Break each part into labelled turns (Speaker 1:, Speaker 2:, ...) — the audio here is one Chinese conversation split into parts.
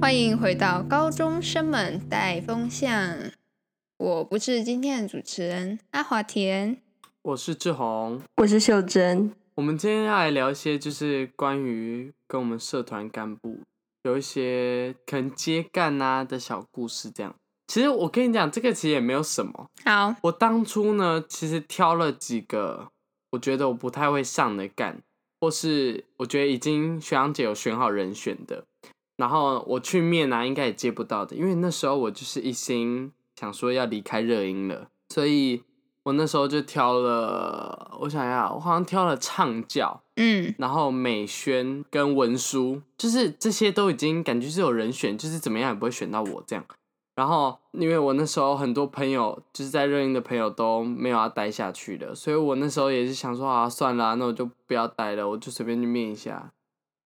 Speaker 1: 欢迎回到高中生们带风向，我不是今天的主持人阿华田。
Speaker 2: 我是志宏。
Speaker 3: 我是秀珍，
Speaker 2: 我们今天要来聊一些，就是关于跟我们社团干部有一些可能接干啊的小故事，这样。其实我跟你讲，这个其实也没有什么。
Speaker 1: 好，
Speaker 2: 我当初呢，其实挑了几个我觉得我不太会上的干，或是我觉得已经学长姐有选好人选的，然后我去面啊，应该也接不到的，因为那时候我就是一心想说要离开热音了，所以我那时候就挑了，我想一下，我好像挑了唱教，
Speaker 1: 嗯，
Speaker 2: 然后美宣跟文书，就是这些都已经感觉是有人选，就是怎么样也不会选到我这样。然后，因为我那时候很多朋友就是在热映的朋友都没有要啊待下去的，所以我那时候也是想说啊，算啦，那我就不要待了，我就随便去面一下。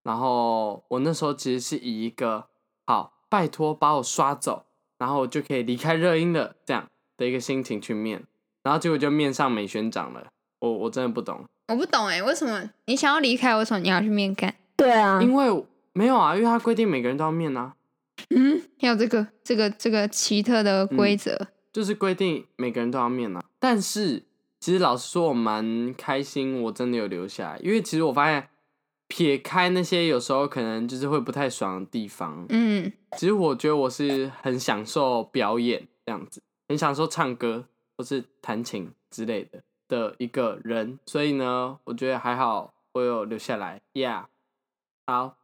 Speaker 2: 然后我那时候其实是以一个好拜托把我刷走，然后我就可以离开热音了这样的一个心情去面，然后结果就面上美宣长了。我我真的不懂，
Speaker 1: 我不懂哎，为什么你想要离开，为什么你要去面干？
Speaker 3: 对啊，
Speaker 2: 因为没有啊，因为他规定每个人都要面啊，
Speaker 1: 嗯，还有这个这个这个奇特的
Speaker 3: 嗯
Speaker 1: 规则，
Speaker 2: 就是规定每个人都要面啊。但是其实老实说，我蛮开心，我真的有留下来，因为其实我发现，撇开那些有时候可能就是会不太爽的地方，
Speaker 1: 嗯
Speaker 2: 其实我觉得我是很享受表演这样子，很享受唱歌或是弹琴之类的的一个人，所以呢，我觉得还好，我有留下来，Yeah，好，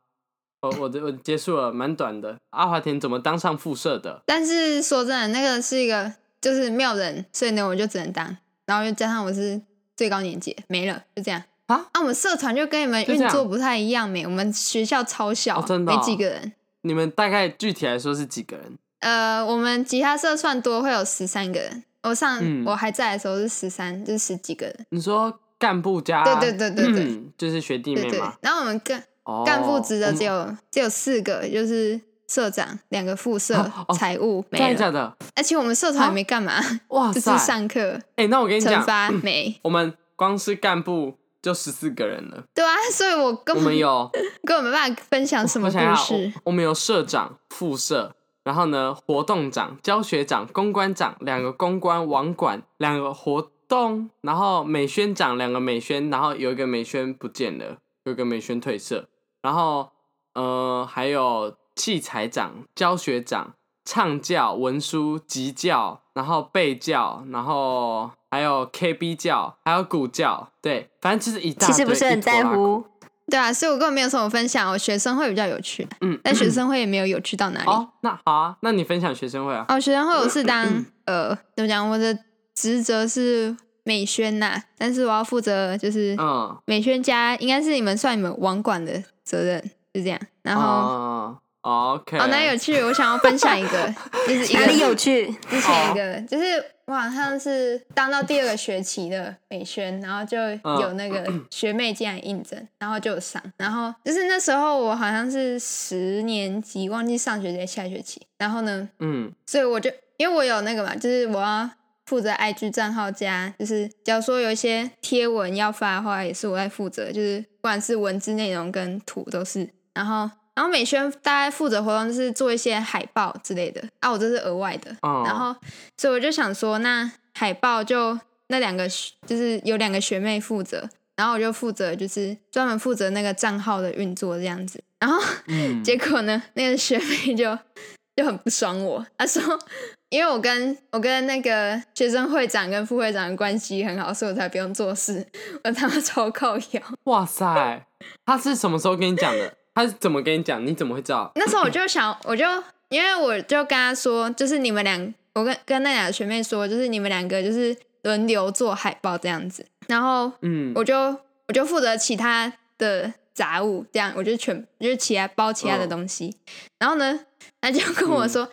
Speaker 2: 我我的我结束了，蛮短的。阿华田怎么当上副社的？
Speaker 1: 但是说真的，那个是一个就是没有人，所以呢我就只能当，然后又加上我是最高年级，没了，就这样。
Speaker 2: 啊，
Speaker 1: 啊，我们社团就跟你们
Speaker 2: 就这
Speaker 1: 运
Speaker 2: 样
Speaker 1: 作不太一样没，我们学校超小，
Speaker 2: 哦真的哦
Speaker 1: 没几个人。
Speaker 2: 你们大概具体来说是几个人？
Speaker 1: 呃，我们吉他社算多会有十三个人，我上、
Speaker 2: 嗯
Speaker 1: 我还在的时候是十三，就是十几个人。
Speaker 2: 你说干部加
Speaker 1: 对对对对对
Speaker 2: 嗯就是学弟
Speaker 1: 对
Speaker 2: 妹
Speaker 1: 对
Speaker 2: 嘛。，
Speaker 1: 然后我们干
Speaker 2: 哦，
Speaker 1: 干部职的只
Speaker 2: 我
Speaker 1: 有、只有四个，就是社长、两个副社、
Speaker 2: 哦
Speaker 1: 财务
Speaker 2: 们真
Speaker 1: 没了，
Speaker 2: 的假的？
Speaker 1: 而且我们社团也没干嘛，
Speaker 2: 啊哇
Speaker 1: 就
Speaker 2: 塞！
Speaker 1: 是上课、
Speaker 2: 哎、那我跟你
Speaker 1: 惩
Speaker 2: 讲，
Speaker 1: 罚没。
Speaker 2: 我们光是干部就十四个人了，
Speaker 1: 对啊， 所以我根
Speaker 2: 我
Speaker 1: 本
Speaker 2: 们 有
Speaker 1: 根本没办法分享什么
Speaker 2: 我
Speaker 1: 故
Speaker 2: 想啊要
Speaker 1: 事。
Speaker 2: 我我们有社长、副社，然后呢，活动长、教学长、公关长两个公关网管，两个活动，然后美宣长两个美宣，然后有一个美宣不见了，有一个美宣退社，然后呃还有器材长、教学长、唱教、文书、集教，然后备教，然后。还有 KB 教，还有鼓教，对，反正就是一大
Speaker 3: 其
Speaker 2: 堆。
Speaker 3: 实不是很在
Speaker 2: 一坨啊拉。
Speaker 3: 乎，
Speaker 1: 对啊，所以我根本没有什么分享。我学生会比较有趣，
Speaker 2: 嗯，
Speaker 1: 但学生会也没有有趣到哪里。
Speaker 2: 哦，那好啊，那你分享学生会啊？
Speaker 1: 哦，学生会我是当
Speaker 2: 嗯
Speaker 1: 呃，怎么讲？我的职责是美宣呐、但是我要负责就是
Speaker 2: 嗯，
Speaker 1: 美宣家，应该是你们算你们网管的责任，是这样。然后哦，
Speaker 2: 哦，OK，
Speaker 1: 那有趣，我想要分享一 个，就是一个
Speaker 3: 哪里有趣？
Speaker 1: 之前一个，就是我好像是当到第二个学期的美宣，然后就有那个嗯 学妹进来应征，然后就有上，然后就是那时候我好像是十年级，忘记上学期还是下学期，然后呢，
Speaker 2: 嗯
Speaker 1: 所以我就因为我有那个嘛，就是我要负责 IG 账号加，就是假如说有一些贴文要发的话，也是我在负责，就是不管是文字内容跟图都是。然后，然后美宣大概负责活动就是做一些海报之类的啊，我这是额外的。
Speaker 2: 哦，
Speaker 1: 然后，所以我就想说，那海报就那两个学就是有两个学妹负责，然后我就负责就是专门负责那个账号的运作这样子。然后
Speaker 2: 嗯，
Speaker 1: 结果呢，那个学妹就就很不爽我，她说，因为我跟我跟那个学生会长跟副会长的关系很好，所以我才不用做事，我他妈超靠腰。
Speaker 2: 哇塞，他是什么时候跟你讲的？他是怎么跟你讲？你怎么会知道？
Speaker 1: 那时候我就想，我就因为我就跟他说，就是你们两，我跟跟那两个学妹说，就是你们两个就是轮流做海报这样子，然后
Speaker 2: 嗯，
Speaker 1: 我就我就负责其他的杂物，这样我就全就是其他包其他
Speaker 2: 嗯
Speaker 1: 的东西。然后呢，他就跟我说：“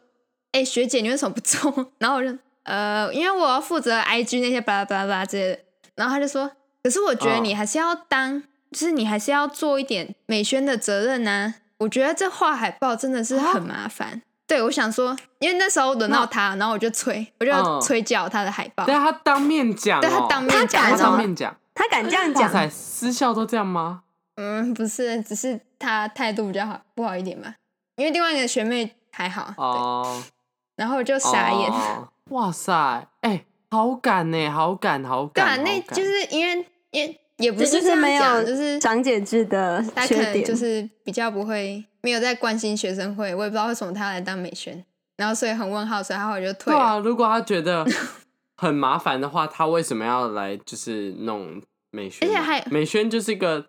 Speaker 1: 哎、学姐，你为什么不做？” 然后我就呃，因为我要负责 IG 那些巴拉巴拉巴拉之类的。然后他就说：“可是我觉得
Speaker 2: 嗯
Speaker 1: 你还是要当，就是你还是要做一点美宣的责任呐、我觉得这画海报真的是很麻烦。对，我想说，因为那时候轮到
Speaker 2: 哦那
Speaker 1: 他，然后我就催，我就
Speaker 2: 嗯
Speaker 1: 催叫他的海报。
Speaker 2: 对啊，他当面讲、哦，
Speaker 1: 对他当面讲哦
Speaker 2: 他
Speaker 3: 敢
Speaker 1: 然后
Speaker 2: 当面讲，
Speaker 3: 他敢这样
Speaker 2: 哇
Speaker 3: 讲？
Speaker 2: 塞，私校都这样吗？
Speaker 1: 嗯，不是，只是他态度比较好，不好一点嘛。因为另外一个学妹还好，对，
Speaker 2: 哦，
Speaker 1: 然后我就傻眼。
Speaker 2: 哦 哇塞，哎、好感呢、好感，好
Speaker 1: 对啊，
Speaker 2: 感，
Speaker 1: 那
Speaker 2: 好感
Speaker 1: 就是因为也也不
Speaker 3: 这
Speaker 1: 是
Speaker 3: 就
Speaker 1: 这
Speaker 3: 是
Speaker 1: 样
Speaker 3: 没
Speaker 1: 讲，
Speaker 3: 有
Speaker 1: 就是
Speaker 3: 长姐制的
Speaker 1: 他可
Speaker 3: 缺
Speaker 1: 能
Speaker 3: 点，
Speaker 1: 就是比较不会，没有在关心学生会，我也不知道为什么他来当美宣，然后所以很问号，所以他后来就退了。
Speaker 2: 对啊，如果他觉得很麻烦的话，他为什么要来就是弄美宣
Speaker 1: 而
Speaker 2: 嘛？
Speaker 1: 且还
Speaker 2: 美宣就是一个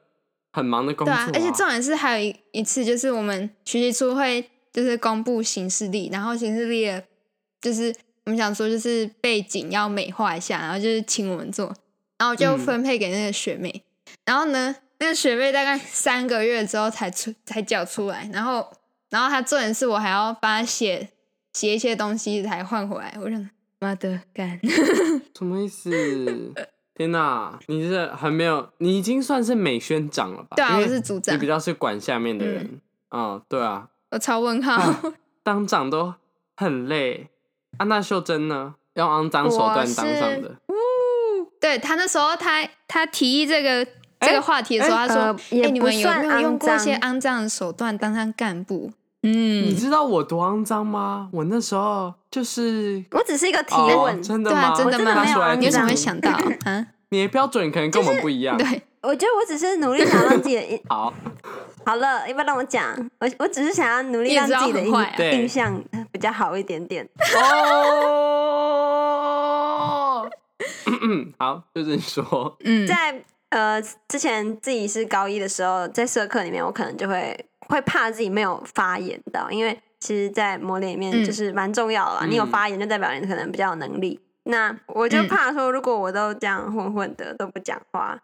Speaker 2: 很忙的工
Speaker 1: 对
Speaker 2: 作、
Speaker 1: 啊，而且重点是还有一一次，就是我们学习处会就是公布行事历，然后行事历的，就是我们想说就是背景要美化一下，然后就是请我们做，然后就
Speaker 2: 嗯
Speaker 1: 分配给那个学妹，然后呢，那个学妹大概三个月之后才出才缴出来，然后然后她重点是我还要帮她写写一些东西才换回来，我想妈的干，
Speaker 2: 什么意思？天哪、你是还没有，你已经算是美宣长了吧？
Speaker 1: 对啊，
Speaker 2: 因
Speaker 1: 我
Speaker 2: 为
Speaker 1: 是组
Speaker 2: 你
Speaker 1: 长
Speaker 2: 比，较是管下面的人。嗯，对啊，
Speaker 1: 我超问号，
Speaker 2: 当长都很累。安娜秀珍呢，用肮脏手段当上的，
Speaker 1: 对他那时候他他提议这个这个话题的时候，
Speaker 2: 哎
Speaker 1: 他说：“
Speaker 3: 呃
Speaker 1: 哎、
Speaker 3: 也
Speaker 1: 你
Speaker 3: 不
Speaker 1: 们有
Speaker 3: 算
Speaker 1: 没有用
Speaker 3: 肮
Speaker 1: 过一些
Speaker 3: 脏
Speaker 1: 肮脏的手段当上干部？”
Speaker 2: 你
Speaker 1: 嗯，
Speaker 2: 知道我多肮脏吗？我那时候就是
Speaker 3: 我只是一个提
Speaker 2: 哦
Speaker 3: 问，
Speaker 2: 真的
Speaker 1: 对
Speaker 2: 吗？
Speaker 1: 啊，真的
Speaker 3: 我真的
Speaker 1: 吗？
Speaker 3: 没有肮
Speaker 1: 你为什么
Speaker 3: 脏
Speaker 1: 会想到 啊？
Speaker 2: 你的标准可能跟我们不一样。
Speaker 1: 对，
Speaker 3: 我觉得我只是努力想让自 己的印
Speaker 2: 好，
Speaker 3: 好了，要不要让我讲？我我只是想要努
Speaker 1: 你
Speaker 3: 力
Speaker 1: 也
Speaker 3: 让
Speaker 1: 知道
Speaker 3: 自己的
Speaker 1: 很
Speaker 3: 印、
Speaker 1: 坏啊
Speaker 2: 对
Speaker 3: 印象比较好一点点。
Speaker 2: 哦， 好，就是说，
Speaker 1: 嗯，
Speaker 3: 在呃之前自己是高一的时候，在社课里面，我可能就会会怕自己没有发言到，因为其实，在模拟里面
Speaker 1: 嗯
Speaker 3: 就是蛮重要的啦、你有
Speaker 2: 嗯
Speaker 3: 发言，就代表你可能比较有能力。那我就
Speaker 1: 嗯
Speaker 3: 怕说，如果我都这样混混的都不讲话，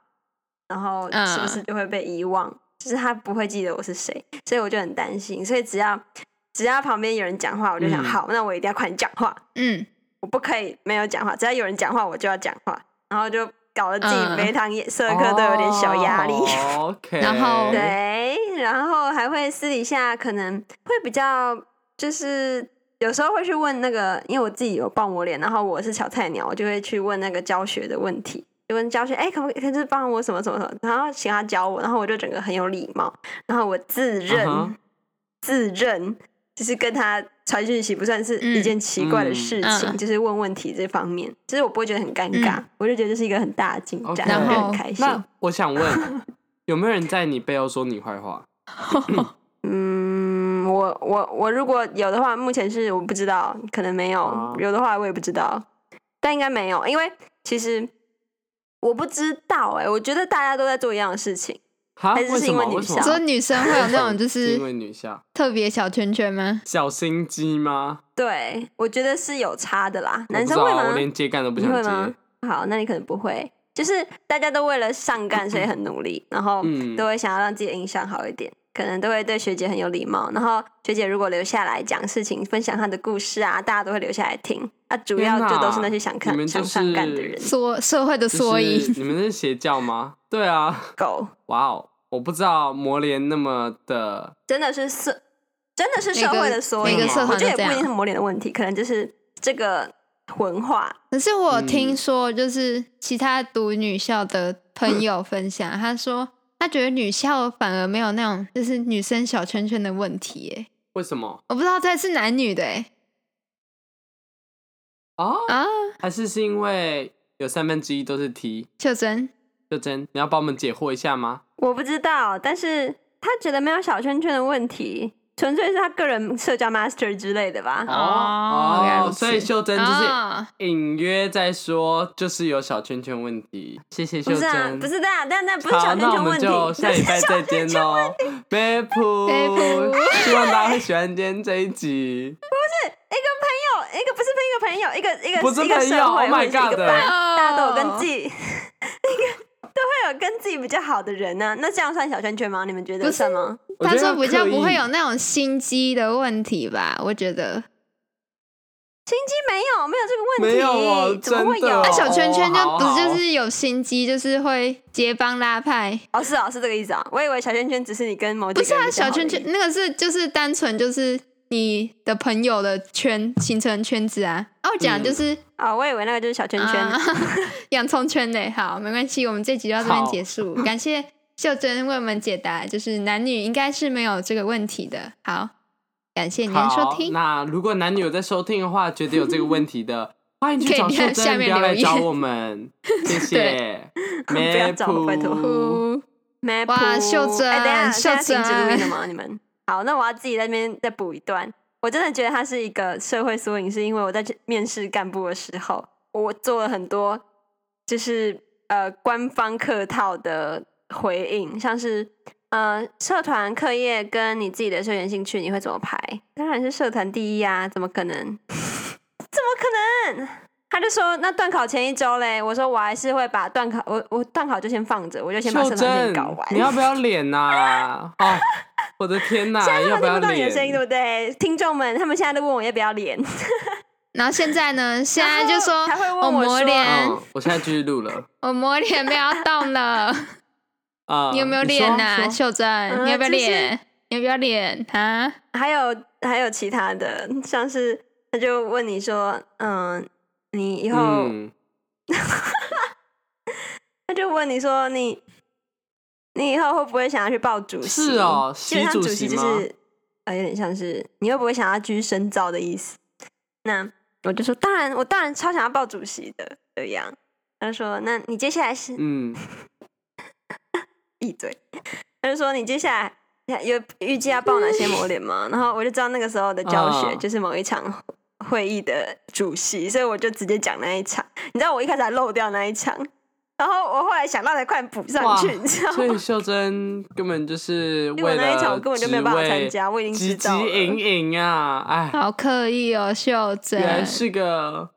Speaker 3: 然后是不
Speaker 1: 嗯
Speaker 3: 是就会被遗忘？就是他不会记得我是谁，所以我就很担心。所以只要只要旁边有人讲话，我就想、
Speaker 2: 嗯
Speaker 3: 好，那我一定要快点讲话。
Speaker 1: 嗯，
Speaker 3: 我不可以没有讲话，只要有人讲话我就要讲话，然后就搞得自己
Speaker 1: 嗯
Speaker 3: 每一堂也社课都有点小压力。
Speaker 2: 哦 OK，
Speaker 1: 然后，
Speaker 3: 对，然后还会私底下可能会比较，就是有时候会去问那个，因为我自己有爆我脸，然后我是小菜鸟，我就会去问那个教学的问题，就问教学，哎，可不可以可以帮我什么什么什么，然后请他教我，然后我就整个很有礼貌，然后我自认、
Speaker 2: 嗯哼
Speaker 3: 自认。就是跟他传讯息不算是一件奇怪的事情，
Speaker 1: 嗯嗯
Speaker 3: 就是问问题这方面，其实我不会觉得很尴尬，我就觉得这是一个很大的进展，
Speaker 2: 嗯
Speaker 1: 然后
Speaker 2: OK
Speaker 3: 我就很开心。
Speaker 2: 那我想问，有没有人在你背后说你坏话？
Speaker 3: 嗯，我我我如果有的话，目前是我不知道，可能没有；
Speaker 2: 哦
Speaker 3: 有的话我也不知道，但应该没有，因为其实我不知道哎、我觉得大家都在做一样的事情，
Speaker 2: 哈，
Speaker 3: 还是
Speaker 2: 为
Speaker 3: 是
Speaker 2: 什
Speaker 3: 因为
Speaker 2: 么？
Speaker 3: 女
Speaker 2: 为什
Speaker 3: 校
Speaker 1: 所以
Speaker 2: 么？
Speaker 1: 女生会有那种就
Speaker 2: 因为
Speaker 1: 是
Speaker 2: 女校
Speaker 1: 特别小圈圈吗？
Speaker 2: 小心机吗？
Speaker 3: 对我觉得是有差的啦。
Speaker 2: 我
Speaker 3: 男
Speaker 2: 不知
Speaker 3: 生
Speaker 2: 道
Speaker 3: 会
Speaker 2: 啊，
Speaker 3: 吗
Speaker 2: 我？连接干都不
Speaker 3: 你
Speaker 2: 想
Speaker 3: 会吗
Speaker 2: 接。？
Speaker 3: 好，那你可能不会，就是大家都为了上干，所以很努力，然后
Speaker 2: 嗯
Speaker 3: 都会想要让自己的印象好一点，可能都会对学姐很有礼貌。然后学姐如果留下来讲事情、分享她的故事啊，大家都会留下来听。啊，主要
Speaker 2: 天哪
Speaker 3: 就都是那些想看
Speaker 2: 你、们就
Speaker 3: 想
Speaker 2: 是
Speaker 3: 上干的人。
Speaker 1: 缩社会的
Speaker 2: 就
Speaker 1: 缩
Speaker 2: 是
Speaker 1: 影，
Speaker 2: 你们是邪教吗？对啊，
Speaker 3: 狗
Speaker 2: 哇哦，我不知道魔联那么的
Speaker 3: 真的是社，真的是社会的缩影。
Speaker 2: 每个每个社
Speaker 3: 我
Speaker 1: 团
Speaker 3: 觉得
Speaker 1: 都
Speaker 3: 也
Speaker 1: 这样
Speaker 3: 不一定是抹脸的问题，可能就是这个文化。
Speaker 1: 可是我有听
Speaker 2: 嗯
Speaker 1: 说，就是其他读女校的朋友分享，他说他觉得女校反而没有那种就是女生小圈圈的问题耶。
Speaker 2: 为什么
Speaker 1: 我不知道这是男女的哎
Speaker 2: 啊？
Speaker 1: 啊，
Speaker 2: 还是是因为有三分之一都是 T？
Speaker 1: 秀珍，
Speaker 2: 秀珍，你要帮我们解惑一下吗？
Speaker 3: 我不知道，但是他觉得没有小圈圈的问题，纯粹是他个人社交 master 之类的吧。
Speaker 1: 哦原来如此
Speaker 2: 所以秀珍
Speaker 3: 哦
Speaker 2: 就是
Speaker 1: 啊
Speaker 2: 隐约在说，就是有小圈圈问题。谢谢秀
Speaker 3: 不是啊
Speaker 2: 珍，，
Speaker 3: 不是的、啊，但那不是
Speaker 2: 好，
Speaker 3: 小圈
Speaker 2: 那我
Speaker 3: 圈
Speaker 2: 们
Speaker 3: 问题，
Speaker 2: 就下礼
Speaker 3: 那
Speaker 2: 拜
Speaker 3: 是
Speaker 2: 再见喽，拜
Speaker 1: 拜拜
Speaker 2: 希望大家会喜欢今天这一集。
Speaker 3: 朋友，一个不是一个朋友，一个一个
Speaker 2: 不是
Speaker 3: 一个
Speaker 2: 朋友
Speaker 3: 社会
Speaker 2: Oh my
Speaker 3: 或者是一
Speaker 2: God
Speaker 3: 个班，
Speaker 1: 哦
Speaker 3: 大家都有跟自己 一个都会有跟自己比较好的人呢、那这样算小圈圈吗？你们觉
Speaker 1: 不
Speaker 3: 得
Speaker 1: 是
Speaker 3: 算吗？
Speaker 2: 我
Speaker 1: 他
Speaker 2: 觉
Speaker 1: 说
Speaker 2: 得要
Speaker 1: 比较
Speaker 2: 刻
Speaker 1: 不会
Speaker 2: 意
Speaker 1: 有那种心机的问题吧？我觉得
Speaker 3: 心机没有，没有这个问题，
Speaker 2: 没有哦
Speaker 3: 怎么会
Speaker 2: 真的哦
Speaker 3: 有？
Speaker 1: 那啊小圈圈就
Speaker 2: 好
Speaker 1: 不
Speaker 2: 好
Speaker 1: 就是有心机，就是会结帮拉派。
Speaker 3: 哦，是哦，是这个意思啊、我以为小圈圈只是你跟某几
Speaker 1: 不是
Speaker 3: 个人
Speaker 1: 啊，
Speaker 3: 比较
Speaker 1: 小
Speaker 3: 好而已
Speaker 1: 圈圈那个是就是单纯就是你的朋友的圈形成圈子啊。哦，我
Speaker 2: 嗯
Speaker 1: 讲就是
Speaker 3: 哦，我以为那个就是小圈圈。
Speaker 1: 啊 洋葱圈嘞。好，没关系，我们这集就到这边
Speaker 2: 好
Speaker 1: 结 束。感谢秀珍为我们解答，就是男女应该是没有这个问题的。好，感
Speaker 3: 哎
Speaker 1: 谢你的收
Speaker 2: 好，
Speaker 1: 听，
Speaker 2: 那如果男女有在收听的话，觉得有这个问题的，欢迎去
Speaker 1: 可以
Speaker 2: 找秀
Speaker 1: 在下
Speaker 2: 珍，不
Speaker 1: 面
Speaker 2: 要来
Speaker 1: 留言
Speaker 2: 找我 们，谢谢。
Speaker 3: 不要找我拜托
Speaker 2: Mapu
Speaker 1: 呼
Speaker 3: ，map
Speaker 1: 哇秀珍
Speaker 3: 哎，等一下，
Speaker 1: 秀
Speaker 3: 现在停止录音了
Speaker 1: 珍
Speaker 3: 吗？你们好，那我要自己在那边再补一段。我真的觉得它是一个社会缩影，是因为我在去面试干部的时候，我做了很多就是呃官方客套的回应，像是呃社团课业跟你自己的休闲兴趣，你会怎么排？当然是社团第一啊，怎么可能？ 怎么可能？他就说那断考前一周嘞，我说我还是会把断考我我断考就先放着，我就先把
Speaker 2: 秀
Speaker 3: 社团
Speaker 2: 珍
Speaker 3: 先搞完，。
Speaker 2: 你 要不要脸呐？哦，我的天呐，
Speaker 3: 现在
Speaker 2: 要
Speaker 3: 他们听
Speaker 2: 要
Speaker 3: 不到你的声音，
Speaker 2: 脸？
Speaker 3: 对不对？听众们，他们现在都问我要不要脸，
Speaker 1: 然后现在呢，现在就 说
Speaker 3: 还会问
Speaker 1: 我
Speaker 3: 我
Speaker 1: 磨
Speaker 3: 说
Speaker 1: 脸，
Speaker 2: 嗯，我现在继续录 了
Speaker 1: 我磨哦脸不要动 了，
Speaker 2: 啊。
Speaker 1: 你有没有
Speaker 2: 说
Speaker 1: 脸呐、
Speaker 2: 说
Speaker 1: 秀珍，你要不要
Speaker 3: 就是
Speaker 1: 脸？你要不要脸啊？
Speaker 3: 还有还有其他的，像是他就问你说，嗯，你以后，
Speaker 2: 嗯，
Speaker 3: 他就问你说你你以后会不会想要去报主席？
Speaker 2: 是哦
Speaker 3: 基本上
Speaker 2: 习主
Speaker 3: 席
Speaker 2: 席
Speaker 3: 就
Speaker 2: 吗
Speaker 3: 是呃，有点像是你会不会想要居深造的意思。那我就说，当然，我当然超想要报主席的这样。他就说，那你接下来是
Speaker 2: 嗯，
Speaker 3: 闭嘴。他就说你接下来有预计要报哪些模联吗？然后我就知道那个时候的教学
Speaker 2: 啊
Speaker 3: 就是某一场会议的主席，所以我就直接讲那一场。你知道我一开始还漏掉那一场，然后我后来想到才快补上
Speaker 2: 哇
Speaker 3: 去，你知道
Speaker 2: 所
Speaker 3: 吗？
Speaker 2: 以秀珍根本就是
Speaker 3: 因
Speaker 2: 为
Speaker 3: 为那一场我
Speaker 2: 了
Speaker 3: 根本就没有办法
Speaker 2: 职位
Speaker 3: 参加，我已经
Speaker 2: 汲
Speaker 3: 知道
Speaker 2: 汲营
Speaker 3: 了。
Speaker 2: 营啊，哎，
Speaker 1: 好刻意哦，秀珍
Speaker 2: 原。来是个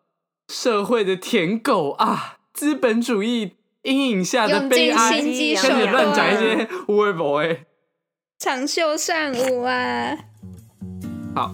Speaker 2: 社会的舔狗啊！资本主义阴影下的
Speaker 1: 用
Speaker 2: 悲
Speaker 1: 尽
Speaker 2: 哀，
Speaker 1: 心机
Speaker 2: 开
Speaker 1: 手
Speaker 2: 始乱讲一
Speaker 1: 段，
Speaker 2: 些无微博哎。
Speaker 1: 长袖善舞啊！
Speaker 2: 好，